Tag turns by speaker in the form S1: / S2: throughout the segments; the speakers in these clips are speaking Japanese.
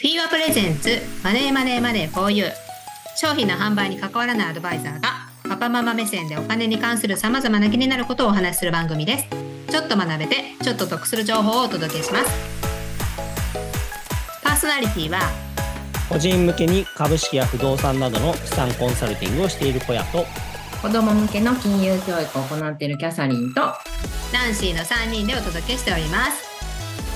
S1: フィーワプレゼンツマネーマネーマネー 4U 商品の販売に関わらないアドバイザーがパパママ目線でお金に関するさまざまな気になることをお話しする番組ですちょっと学べてちょっと得する情報をお届けしますパーソナリティは
S2: 個人向けに株式や不動産などの資産コンサルティングをしている小屋と
S3: 子ども向けの金融教育を行っているキャサリンとよ
S1: ナンシーの3人でお届けしております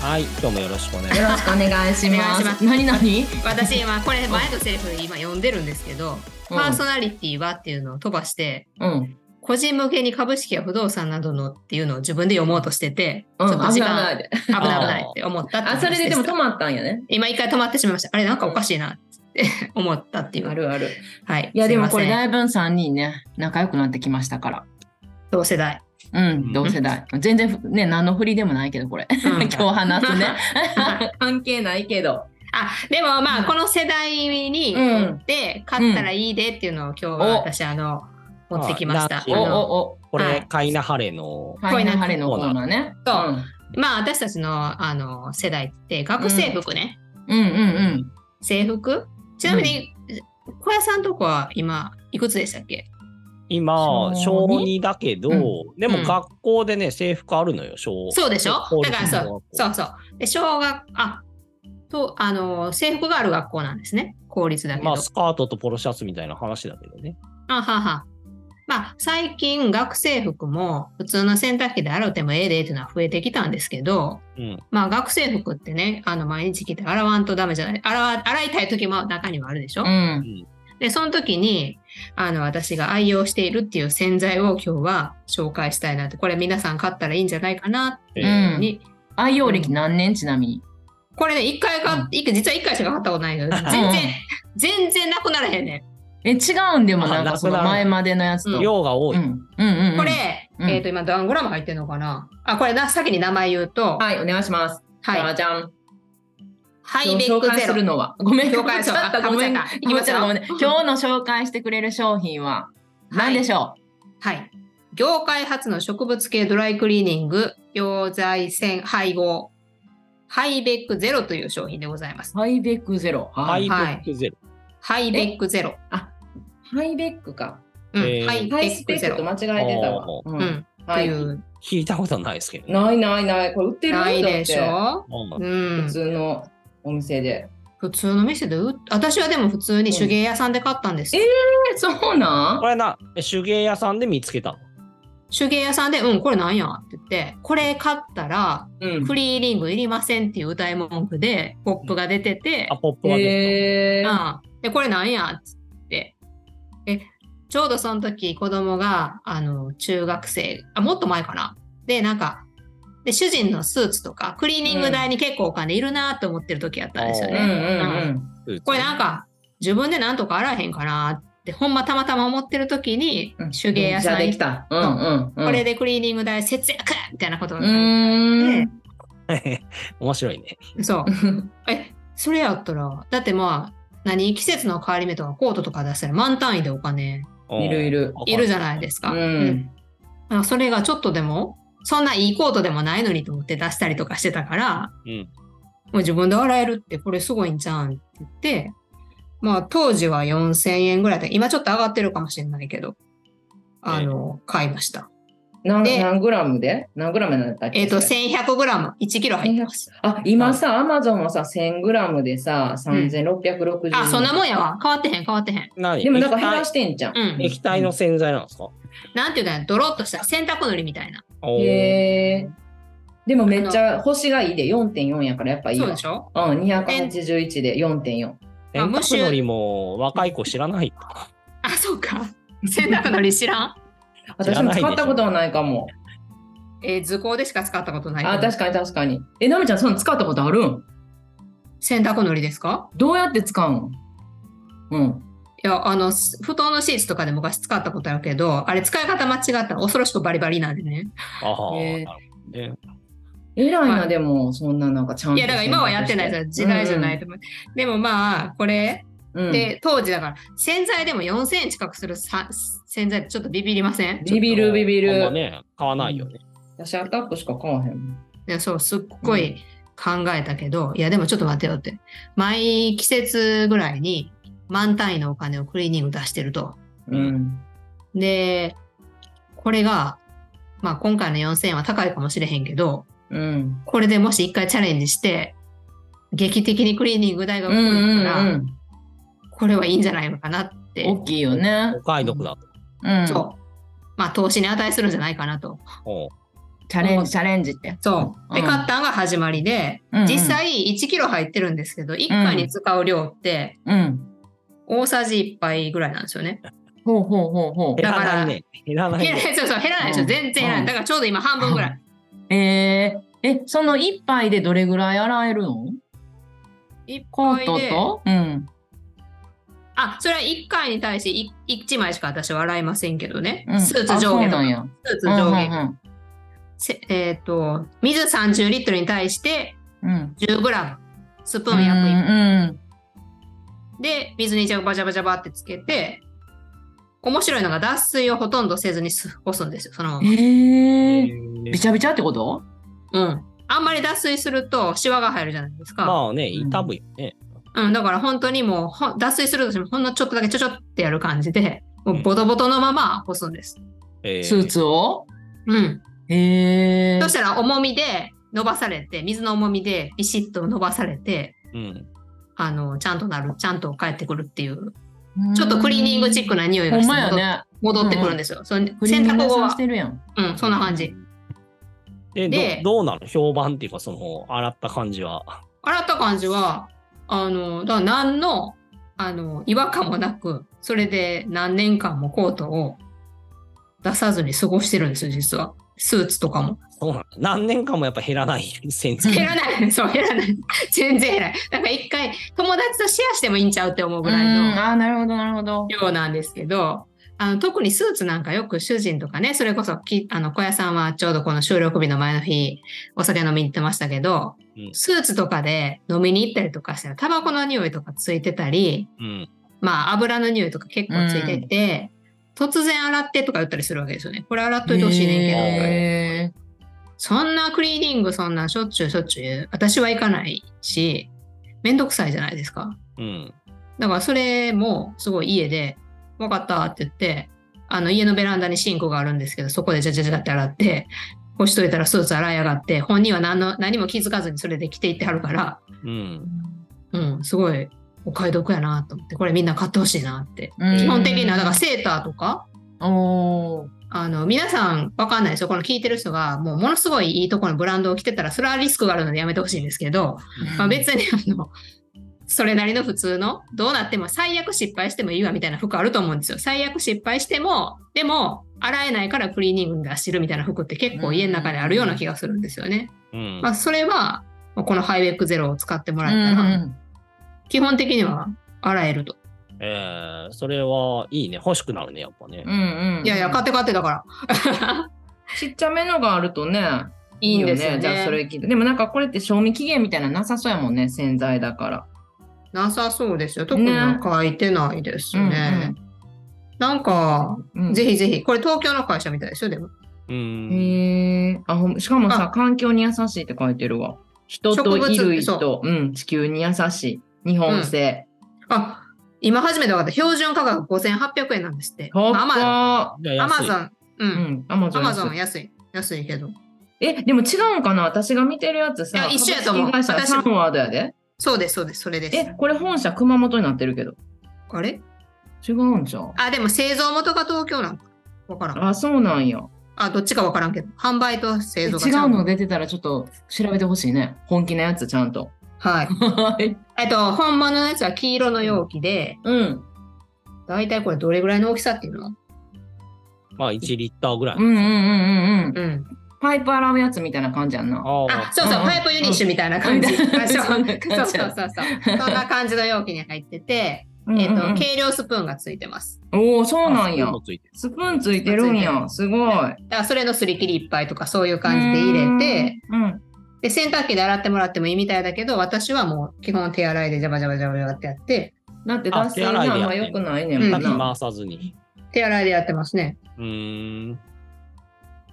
S2: はい今日もよろしくお願いしま
S3: ろしくお願いし
S1: お願い
S3: ま
S1: し
S3: す。
S1: ます
S3: 何何？
S1: 私今これ前のセリフ今読んでるんですけど、
S3: うん
S1: パーソナリティはっていうのを飛ばして
S3: うん。
S1: 個人向けに株式や不動産などのっていうのを自分で読もうとしてて、
S3: うん。
S1: ちょっと時
S3: 危
S1: 間
S3: ない危ない。
S1: 危ない危ないって思ったって
S3: あ、
S1: 話
S3: それででも
S1: した
S3: 止まったんやね。
S1: 今一回止まってしまいました。あれなんかおかしいなって 思ったっていう。
S3: あるある。
S1: はい。
S3: いやでもこれ
S1: すいま
S3: だいぶ3人ね仲良くなってきましたから。
S1: せん同世 代。
S3: うん、同世代。全然ね何の振りでもないけどこれ。
S1: うん
S3: 今日話すね
S1: は。
S3: 関係ないけど。
S1: あでもまあ、
S3: うん
S1: この世代に
S3: うん
S1: 持って勝ったらいいでっていうのを今日は私、あの持ってきました。あ
S2: あ
S3: おお
S1: の
S3: お。
S2: すこ
S1: は
S2: れ
S1: い
S2: カイナハレの
S3: ファイナル晴れのコーナーね。
S1: そうまあ私たちのあの世代って学生服ね、
S3: うん。うんうん
S1: 制服ちなみに、小屋さんとこは今いくつでしたっけ
S2: 今
S3: 小
S2: 小
S3: 二
S2: 2だけど、
S3: う
S2: で
S1: う
S2: も
S1: ん
S2: 学校でね制服あるのよ小
S1: そうでしょ
S2: 公
S1: だ
S2: 立
S1: からそう
S2: の学校
S1: そうそう。で小学あとあの制服がある学校なんですね公立だけど。
S2: まあスカートとポロシャツみたいな話だけどね
S1: あはは。まあ、最近学生服も普通の洗濯機で洗うてもええでっていうのは増えてきたんですけど、
S2: うん
S1: まあ学生服ってね、あの毎日着て洗わんとダメじゃない。洗わ洗いたい時も中にはあるでしょ、
S3: うん。うん。
S1: で、その時に、あの私が愛用しているっていう洗剤を今日は紹介したいなって、これ皆さん買ったらいいんじゃないかなっていうふうに。
S3: 愛用歴何年ちなみに。
S1: これね、一回買って、一回実は一回しか買ったことないけど、全
S3: うん
S1: 然、全然なくならへんね
S3: え違うんでもなん
S2: あなくなる
S3: かその前までのやつと。
S2: 量が
S3: う
S2: 多い、
S3: んうんうんうん
S1: ん。これ、
S3: うん
S1: えっ、と今何グラム入ってるのかなあ、これな、先に名前言うと、
S3: はいお願いします。
S1: はい
S3: じゃ。あじゃん。
S1: ハイ
S3: 今
S1: レ
S3: 日
S1: ッ
S3: 紹
S1: ク
S3: 介
S1: ゼ
S3: す
S1: ロ。
S3: るのは。ごめん。
S1: 紹介し
S3: ち
S1: よ
S3: ょ
S1: う
S3: っとごめん。
S1: あ
S3: 行
S1: かぶっちゃった
S3: きましょうごめん。
S1: かぶっちゃ
S3: 今日の紹介してくれる商品は何でしょ
S1: はい。業界初の植物系ドライクリーニング、溶剤洗配合、ハイベックゼロという商品でございます
S3: う。。ハイベックゼロ。
S2: ハ
S3: は
S2: イ
S3: い。
S2: ブックゼロ、
S1: ハイベックゼロ。
S3: ハイベックか。
S1: うん
S2: えー
S1: ハイベ
S3: ハイス
S1: ッ
S3: ペ
S1: クゼ
S3: ックと
S1: ロ。
S3: 間違えてたわ
S2: お。
S3: う
S1: う。ん。と
S3: はいい。
S1: う。
S2: 聞いたことないですけどね、
S3: ないないない。これ売ってる
S1: ないでし
S3: だっ
S1: ょ
S2: うん
S1: う
S3: て
S1: ん。
S3: 普通のお店で。
S1: 普通の店で売っ私はでも普通に手芸屋さんで買ったんですよ。
S3: えそうなん
S2: こ？れな手芸屋さんで見つけたの
S1: 手芸屋さんで、うん、これなんやって言って、これ買ったら、
S3: うん
S1: クリーニングいりませんっていう歌い文句で、ポップが出てて、
S2: あポップが出て
S3: へー
S1: うん、でこれなんやっつってえちょうどその時子供があの中学生あもっと前かなでなんかで主人のスーツとかクリーニング代に結構お金いるなと思ってる時やったんですよ
S3: うん
S1: ね。
S3: うん
S2: た、
S1: これなんか自分でなんとか洗えへんかなってほんまたまたま思ってる時に
S3: うん。
S1: 手芸屋さん
S3: で
S1: に
S3: きた。うんうんうん。
S1: これでクリーニング代節約みたいなこと
S3: う
S1: が書いて
S3: ー ん。
S2: 面白いね。
S1: あってそうえそれやったらだってまあ何季節の変わり目とかコートとか出したら満単位でお金
S3: いるいる。
S1: いるじゃないですか。
S3: う
S1: うん
S3: ん。
S1: だからそれがちょっとでも、そんないいコートでもないのにと思って出したりとかしてたから、
S2: うん
S1: もう自分で洗えるってこれすごいんじゃうんって言って、まあ当時は4000円ぐらいで、今ちょっと上がってるかもしれないけど、あの、買いました。
S3: 何
S1: で
S3: 何グラムで何グラムなんだっけ
S1: えっ、と、1100グラム、1キロ入ってます。
S3: あ、今さ、アマゾンはさ、1000グラムでさ、3660円。
S1: あ、そんなもんやわ。変わってへん、変わってへん。
S2: 何
S3: でもなんか減らしてんじゃん。
S1: うん。
S2: 液体の洗剤なんですか、
S1: なんていうかな、ドロッとした洗濯のりみたいな。
S2: おー
S3: へえ。でもめっちゃ星がいいで4.4やからやっぱいい
S1: そう
S3: わ
S1: で。しょ
S3: うん、281で4.4。
S2: 洗
S1: あむし
S2: 濯
S1: ろ
S2: のりも若い子知らない。
S1: あ、そう か。洗濯のり知らん。
S3: 私も使ったことはないかも。
S1: えー図工でしか使ったことないけど。
S3: あ、確かに確かに。え、なみちゃん、その使ったことあるん
S1: 洗濯のりですか
S3: どうやって使うんうん。
S1: いや、あの、す布団のシーツとかで昔使ったことあるけど、あれ使い方間違ったら恐ろしくバリバリなんでね。
S2: ああ、
S3: へー
S2: なるほどね
S3: 偉い
S1: まあ
S3: な、でも、そんななんかちゃんと。
S1: いや、だから今はやってないですよ。時代じゃないと思う。でもまあ、これ、
S3: うん。で、
S1: で、当時だから、洗剤でも4000円近くするさ洗剤ってちょっとビビりません
S3: ビビるビビ
S2: あんま
S3: る。
S2: ね、買わないよね。
S3: 私、アタックしか買わへん。
S1: いやそう、すっごい、考えたけど、いや、でもちょっと待ってよって。毎季節ぐらいに満単位のお金をクリーニング出してると。
S3: うん。
S1: で、これが、まあ今回の4000円は高いかもしれへんけど、
S3: うん。
S1: これでもし一回チャレンジして、劇的にクリーニング代が
S3: う
S1: 増
S3: んう
S1: え
S3: ん
S1: たら、
S3: うん。
S1: これはいいんじゃないのかなって、
S3: 大きいよね。
S2: お買い得だと。
S3: うん。
S1: そう。まあ投資に値するんじゃないかなと。
S2: おう
S3: チャレンジ、チャレンジって。
S1: そう。で、
S3: うん
S1: 買ったんが始まりで、
S3: うんうん
S1: 実際1キロ入ってるんですけど、1回に使う量って
S3: うん。
S1: 大さじ1杯ぐらいなんですよね。
S3: ほうほうほうほ
S2: 減らないね。減らない
S1: 減らな
S2: ね。
S1: い、そうそう、減らないでし
S3: う
S1: ょ。
S3: ん
S1: 全然減らな
S3: う
S1: い。
S3: ん
S1: だからちょうど今半分ぐらい。
S3: う。えー、え、その一杯でどれぐらい洗えるの
S1: 1
S3: コー
S1: 杯
S3: ト
S1: で。
S3: とうん。
S1: あ、それは1回に対してい1枚しか私は洗いませんけどね。
S3: うん
S1: スーツ上下
S3: あそう
S1: と
S3: なん
S1: か。
S3: や。
S1: スーツ上下。
S3: うん
S1: せえっ、と、水30リットルに対して
S3: うんうん。うん。
S1: 10グラム。スプー
S3: う
S1: ン約1
S3: ん
S1: で、水にジャバジャバジャバってつけて、面白いのが脱水をほとんどせずにす干すんですよ、そのま
S3: うん。
S1: ま。
S3: えー、
S2: え
S3: びちゃびちゃってこと
S1: うん。あんまり脱水するとシワが入るじゃないですか。
S2: まあね、痛むよね。
S1: うん、だから本当にもうほ脱水するとしてもほんのちょっとだけちょちょってやる感じで、もうボトボトのまま干すんです。
S2: え
S3: スーツを
S1: うん。
S3: へえ
S1: そしたら重みで伸ばされて、水の重みでビシッと伸ばされて、
S2: うん。
S1: あの、ちゃんとなる、ちゃんと帰ってくるっていう、ちょっとクリーニングチックな匂い
S3: ほ
S1: が
S3: ん
S1: し
S3: ま
S1: て
S3: や
S1: 戻,、
S3: ね。
S1: 戻ってくるんですよ。その
S3: クリー
S1: 洗
S3: ニング
S1: 濯
S3: 屋
S1: 後
S3: さんし
S1: は、
S3: てるやん。
S1: うん、そんな感じ。
S2: で、
S1: で
S2: どどうなの評判っていうか、その、洗った感じは。
S1: 洗った感じは、あの、だから何の、あの、違和感もなく、それで何年間もコートを出さずに過ごしてるんですよ、実は。スーツとかも。
S2: そうなの何年間もやっぱ減らない先生。
S1: 減らない、そう、減らない。全然減らない。なんか一回、友達とシェアしてもいいんちゃうって思うぐら
S3: うん
S1: いの
S3: あーなるほどなるほど。
S1: 量なんですけど、あの特にスーツなんかよく主人とかね、それこそきあの小屋さんはちょうどこの収録日の前の日、お酒飲みに行ってましたけど、
S2: うん
S1: スーツとかで飲みに行ったりとかしたら、タバコの匂いとかついてたり、
S2: うん。
S1: まあ油の匂いとか結構ついてて、突然洗ってとか言ったりするわけですよね。これ洗っといてほしいねんけど、
S3: へ
S1: そんなクリーニングそんなしょっちゅうしょっちゅう、私は行かないし、めんどくさいじゃないですか。
S2: うん。
S1: だからそれもすごい家で、わかったって言って、あの家のベランダにシンクがあるんですけど、そこでジャジャジャって洗って、干しといたらスーツ洗い上がって、本人は何の何も気づかずにそれで着ていってはるから、
S2: うん。
S1: うん、すごいお買い得やなと思って、これみんな買ってほしいなって。
S3: ー
S1: 基本的には、だからセーターとか、
S3: ら。おー
S1: あの、皆さんわかんないですよ。この聞いてる人が、もうものすごいいいところのブランドを着てたら、それはリスクがあるのでやめてほしいんですけど、まあ、別にあの、それなりの普通の、どうなっても最悪失敗してもいいわみたいな服あると思うんですよ。最悪失敗しても、でも、洗えないからクリーニングに出してるみたいな服って結構家の中にあるような気がするんですよね。
S2: うん
S1: まあ、それは、まあこのハイウェックゼロを使ってもらえた
S3: うん
S1: ら、
S3: うん
S1: 基本的には洗えると。
S2: えー、それはいいね。欲しくなるね、やっぱね。
S3: うんうん
S1: いやいや、買って買ってだから。
S3: ちっちゃめのがあるとね。
S1: いいんですよね。
S3: じゃあそれ聞いて。でもなんかこれって賞味期限みたいなのなさそうやもんね、洗剤だから。
S1: なさそうですよ。特には書いてないですね。なんか、
S3: うんうん
S1: ぜひぜひ、これ東京の会社みたいですよ、でも。
S2: うん。
S3: へえ。あ、ほんしかも
S1: あ
S3: さ、環境に優しいって書いてるわ。人と
S1: 植物
S3: 衣類
S1: そ
S3: と、うん、地球に優しい。日本製。
S1: あ、今初めて分かった。標準価格5800円なんですって。
S3: 高っ
S1: まあ
S2: じゃあ
S1: アマ
S2: 安い
S1: ゾン、う。
S3: うんん、アマゾ
S1: ア
S3: ン
S1: マゾ
S3: 安
S1: ン
S3: い。
S1: 安い。安いけど。
S3: え、でも違うんかな私が見てるやつさ
S1: いや、一緒やと思う
S3: 株式会社
S1: 私も
S3: サンワードやで。
S1: そうです、そうです、それです。
S3: え、これ本社熊本になってるけど。
S1: あれ
S3: 違うんじゃん。
S1: あ、でも製造元が東京なんか。わからん。
S3: あ、そうなんや。
S1: あ、どっちかわからんけど。販売と
S3: え
S1: 製
S3: 違
S1: 造
S3: う
S1: がちゃんと
S3: の出てたらちょっと調べてほしいね。本気なやつちゃんと。
S1: はい。
S3: はい。
S1: えっと、本物のやつは黄色の容器で、
S3: うん。
S1: だいたいこれどれぐらいの大きさっていうの
S2: まあ、1リッターぐらい。
S3: うんうんうんうんうん。
S1: うん。
S3: パイプ洗うやつみたいな感じやん
S2: あ
S3: な。
S1: あ
S2: あ、
S1: そうそう、
S3: うんうん
S1: パイプユニッシュみたいな感じ。
S3: うん
S1: あ そうそ
S3: そ
S1: うんそう
S3: な
S1: そう
S3: 感
S1: そ
S3: じ
S1: う。そんな感じの容器に入ってて、
S3: うんうん
S1: えっ、
S3: う
S1: と、
S3: ん
S1: 計量スプーンがついてます。
S3: おお、そうなんや
S2: あそういう。のついてる
S3: スプーンついてるんや。すごい。
S1: だからそれのすり切り一杯とかそういう感じで入れて、
S3: うん。うん。
S1: で、洗濯機で洗ってもらってもいいみたいだけど、私はもう基本手洗いでジャバジャバジャバジャバってやって、
S3: だって脱水があんま良くないねん
S1: う
S3: も
S2: か
S3: ん
S1: ん
S2: き
S3: な。
S2: 回さずに。
S1: 手洗いでやってますね。
S2: うーん。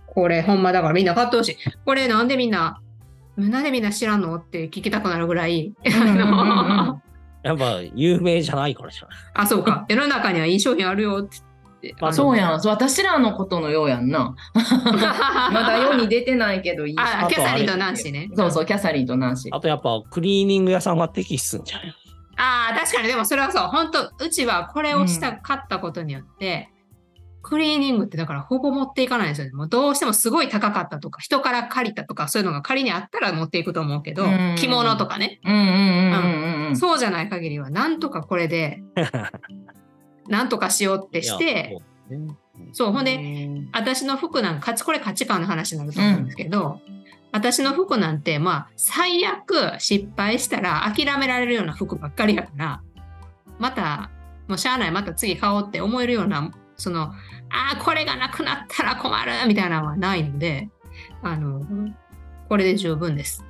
S1: これほんまだからみんな買ってほしい。これなんでみんななんでみんな知らんのって聞きたくなるぐらい、
S3: うん
S2: やっぱ有名じゃないからじゃない。
S1: あ、そうか、世の中にはいい商品あるよって言って。
S2: ま あ
S3: そうやん。私らのことのようやんな。まだ世に出てないけどいい。
S1: あ、
S2: あ
S1: キャサリンと
S2: あ
S1: ナンシーね。
S3: そうそう、キャサリンとナンシー。
S2: あとやっぱクリーニング屋さんは敵すんじゃない
S1: ああ、確かに、でもそれはそう、本当うちはこれをした、買ったことによって、クリーニングってだからほぼ持っていかないんですよね。もうどうしてもすごい高かったとか、人から借りたとか、そういうのが仮にあったら持っていくと思うけど
S3: うん、
S1: 着物とかね。
S3: うんうんうんうんうん。
S1: そうじゃない限りは、なんとかこれで、なんとかしようってし
S2: いや
S1: て、
S2: そうね
S1: そう、ほんで、
S3: うん
S1: 私の服なんか価値これ価値観の話になると思うんですけど、私の服なんてまあ最悪失敗したら諦められるような服ばっかりやからまたもうしゃあないまた次買おうって思えるようなそのあーこれがなくなったら困るみたいなのはないのであのこれで十分です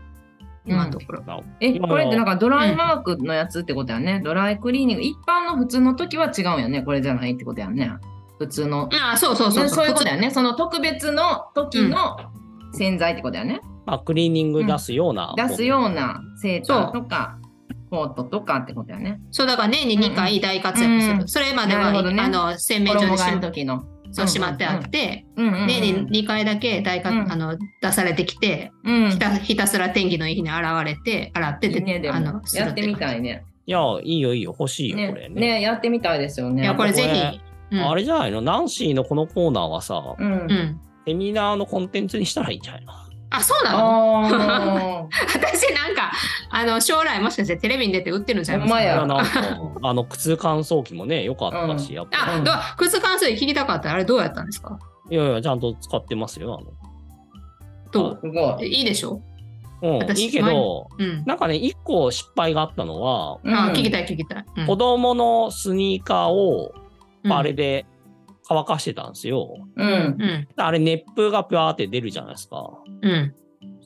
S1: 今のところ、
S2: まあ
S3: え、
S2: 今の
S3: これってなんかドライマークのやつってことやね。ドライクリーニング。一般の普通の時は違うんやね。これじゃないってことやんね。普通の。
S1: ああそうそうそう
S3: ねそういうことやね。その特別の時の洗剤ってことやね。
S2: まあクリーニング出すような、
S3: 出すようなセーターとか、コートとかってことやね。
S1: そうだから年に2回大活躍する、
S3: うん
S1: それまで
S3: な
S1: は、
S3: るほどね
S1: あの洗面所
S3: 衣
S1: にし
S3: 替えの時の。
S1: そうしまってあって、
S3: うんうんうん
S1: 年に2回だけ大活
S3: うん
S1: あの出されてきて、
S3: うん
S1: ひたひたすら天気のいい日に現れて洗って
S3: い
S1: て
S3: いねで
S1: あ
S3: も
S1: のする
S3: やってみ
S1: い
S3: たいね。
S2: いやいいよいいよ欲しいよ、
S3: ね
S2: これね
S3: ねやってみたいですよね。
S1: いやこれぜひ、うん、
S2: あれじゃないのナンシーのこのコーナーはさ、
S3: うん。
S1: うん
S2: セミナーのコンテンツにしたらいいんじゃないの
S1: あそうなの
S3: あ
S1: 私なんかあの将来もしかしてテレビに出て売ってるんじゃないです
S3: ほんま
S1: か
S3: や
S2: いやなんかあの靴乾燥機もね良かったし、やっぱ
S1: あ、
S3: うん
S1: どう靴乾燥機聞きたかったらあれどうやったんですか
S2: いやいやちゃんと使ってますよあ
S1: ど
S3: あ、すご
S1: う
S3: い。
S1: いいでしょ
S2: の、うん、
S1: 私
S2: いいけど
S1: うん
S2: なんかね一個失敗があったのは、
S1: あ聞き
S3: い。
S1: たい聞きたい、うん
S2: 子供のスニーカーを
S1: うん
S2: あれで乾かしてたんですよ、
S3: うん。
S1: うん
S2: あれ熱風がピュワーって出るじゃないですか
S1: うん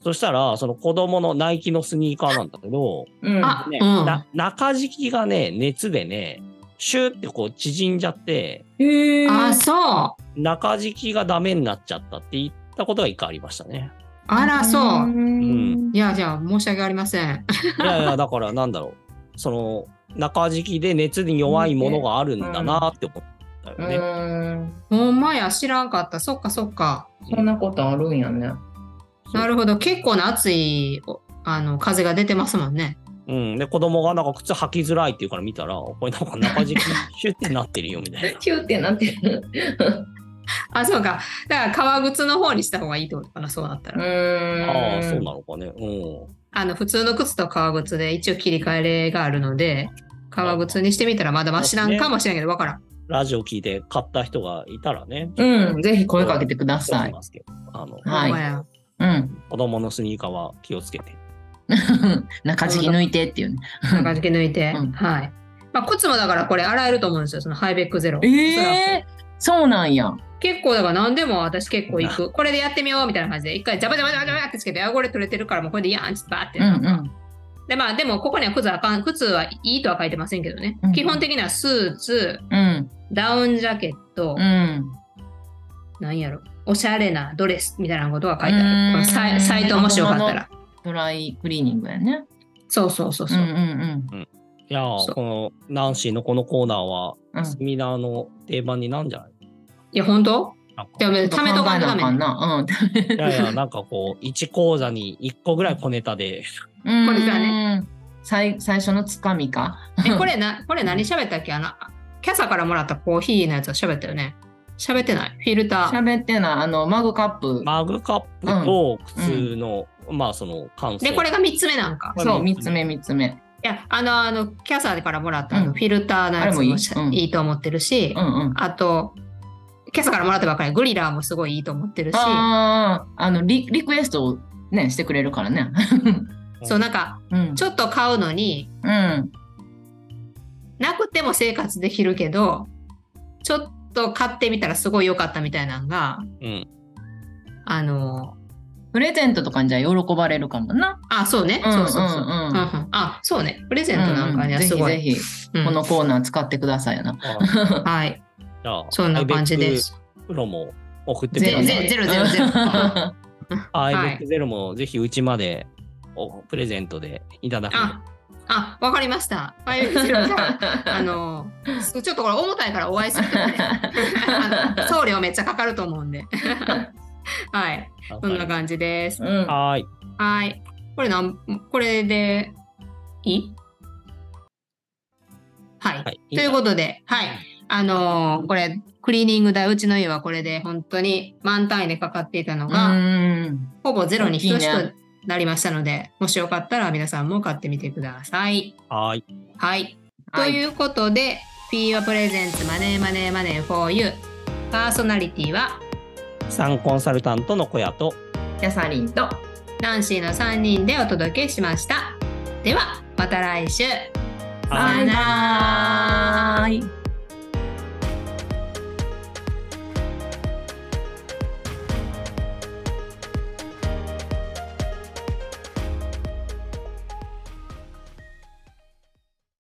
S2: そしたらその子供のナイキのスニーカーなんだけど
S3: うん。
S1: あ
S2: ね、
S1: うん
S2: な中敷きがね熱でねシューってこう縮んじゃって
S3: へえ。。
S1: あそう
S2: 中敷きがダメになっちゃったって言ったことが一回ありまし たね。
S1: あらそううんいやじゃあ申し訳ありません
S2: いやいやだからなんだろうその中敷きで熱に弱いものがあるんだなって思ったよ
S3: う
S2: ね。
S3: ん。
S1: ほんまや知らんかったそっかそっか
S3: そんなことあるんやね。
S1: なるほど結構な暑いおあの風が出てますもんね。
S2: うん、で子供がなんか靴履きづらいっていうから見たらこれなんか中敷きシュってなってるよみたいな。
S3: キューってなってる。
S1: あそうかだから革靴の方にした方がいいってことかなそうなった
S3: う
S1: ら。
S3: ん。
S2: ああそうなのかね。うん
S1: あの普通の靴と革靴で一応切り替え例があるので革靴にしてみたらまだマシなんかもしれんけどわからん。
S2: ラジオ聞いて買った人がいたらね。
S3: うん。ぜひ声かけてくだ
S2: そう
S3: さ
S2: し
S3: い。
S2: ますけどあの
S3: は
S1: ほ
S3: い
S1: んまや
S3: うん。
S2: 子供のスニーカーは気をつけて。
S3: 中敷き抜いてっていうね。
S1: 中敷き抜いて、
S3: うん
S1: はい。まあ、靴もだからこれ洗えると思うんですよそのハイベックゼロ。
S3: ええ。そうなんや。
S1: 結構だから何でも私結構行くこれでやってみようみたいな感じで一回ジャバジャバジャバジャバってつけて汚れ取れてるからもうこれでやんちょっとバーって
S3: うんうん。
S1: でまあでもここには靴はあかん靴はいいとは書いてませんけどね、
S3: うん
S1: 基本的にはスーツ
S3: うん。
S1: ダウンジャケット、
S3: うん。
S1: なんやろおしゃれなドレスみたいなことが書いてあるこ
S3: うん
S1: のサイサイトもしよかったら
S3: ドライクリーニングやね。
S1: そうそうそう
S3: う
S1: そ
S3: ん
S1: う、
S3: うんうん。
S2: いや
S1: そ
S2: ー
S1: う
S2: このナンシーのこのコーナーは
S3: うん
S2: セミナーの定番になんじゃない
S1: いや本当
S2: なんか
S1: でもためとかんとダメ
S3: 考え
S1: ね
S3: なあかんな。
S2: いやいや、なんかこう、1講座に1個ぐらい小ネタ で、
S3: うん。
S1: これだ
S3: ね。最最初のつかみか。
S1: えこれなこれ何喋ったっけあのキャサからもらったコーヒーのやつは喋ったよね喋ってないフィルター
S3: 喋ってないあのマグカップ。
S2: マグカップと靴の、まあその感想。
S1: でこれが3つ目なんか
S2: これ
S3: そう
S2: 三
S3: 三
S2: つ
S3: つ
S2: 目
S3: 目三つ目。
S1: いやあのあのキャサからもらったあ
S3: う
S1: の
S3: ん
S1: フィルターのやつも
S3: あれもいい
S1: し
S3: うん
S1: いいと思ってるし、
S3: うんうん。
S1: あとキャサからもらったばっかりグリラーもすごいいいと思ってるし
S3: あああのリリクエストをねしてくれるからね。
S1: そうなんか
S3: うん。
S1: ちょっと買うのに
S3: うん。
S1: なくても生活できるけどちょっと買ってみたらすごい良かったみたいなのが
S2: うん。
S1: あの
S3: プレゼントとかにじゃあ喜ばれるかもな。
S1: あそうね、
S3: うんうんう
S1: そうそうそう、うんうん
S3: ん。
S1: あそうねプレゼントなんかには
S3: うん
S1: すごい、
S3: ぜひぜひ
S1: うん
S3: このコーナー使ってください よな。
S2: あじ
S1: はい
S2: ゃあ、
S1: そんな感じです
S2: プロも送ってく
S1: ゼ
S2: だ
S1: ロ
S2: さい。
S1: ゼロゼロゼロ
S2: アイブックゼロもぜひうちまでおプレゼントでいただくの
S1: あ、あ、わかりました。510じゃあ、あの、すちょっとこれ重たいからお会いするとね あの送料めっちゃかかると思うんで。 はい、そんな感じです。
S3: うん。
S2: はーい。
S1: はい。これなん、これでいいはい。
S2: はい。
S1: ということで、はい。あのーこれ、クリーニング代、うちの家はこれで本当に満単位でかかっていたのが、
S3: うん
S1: ほぼゼロに等し
S3: いいね
S1: くなりましたので、もしよかったら皆さんも買ってみてください。
S2: はーい。
S1: はい。と
S3: はい
S1: いうことで、ピーワプレゼンツマネーマネーマネー 4U パーソナリティは
S2: 産コンサルタントの小屋と、
S3: キャサリンと
S1: ナンシーの3人でお届けしました。では、また来週。
S3: バイバーイ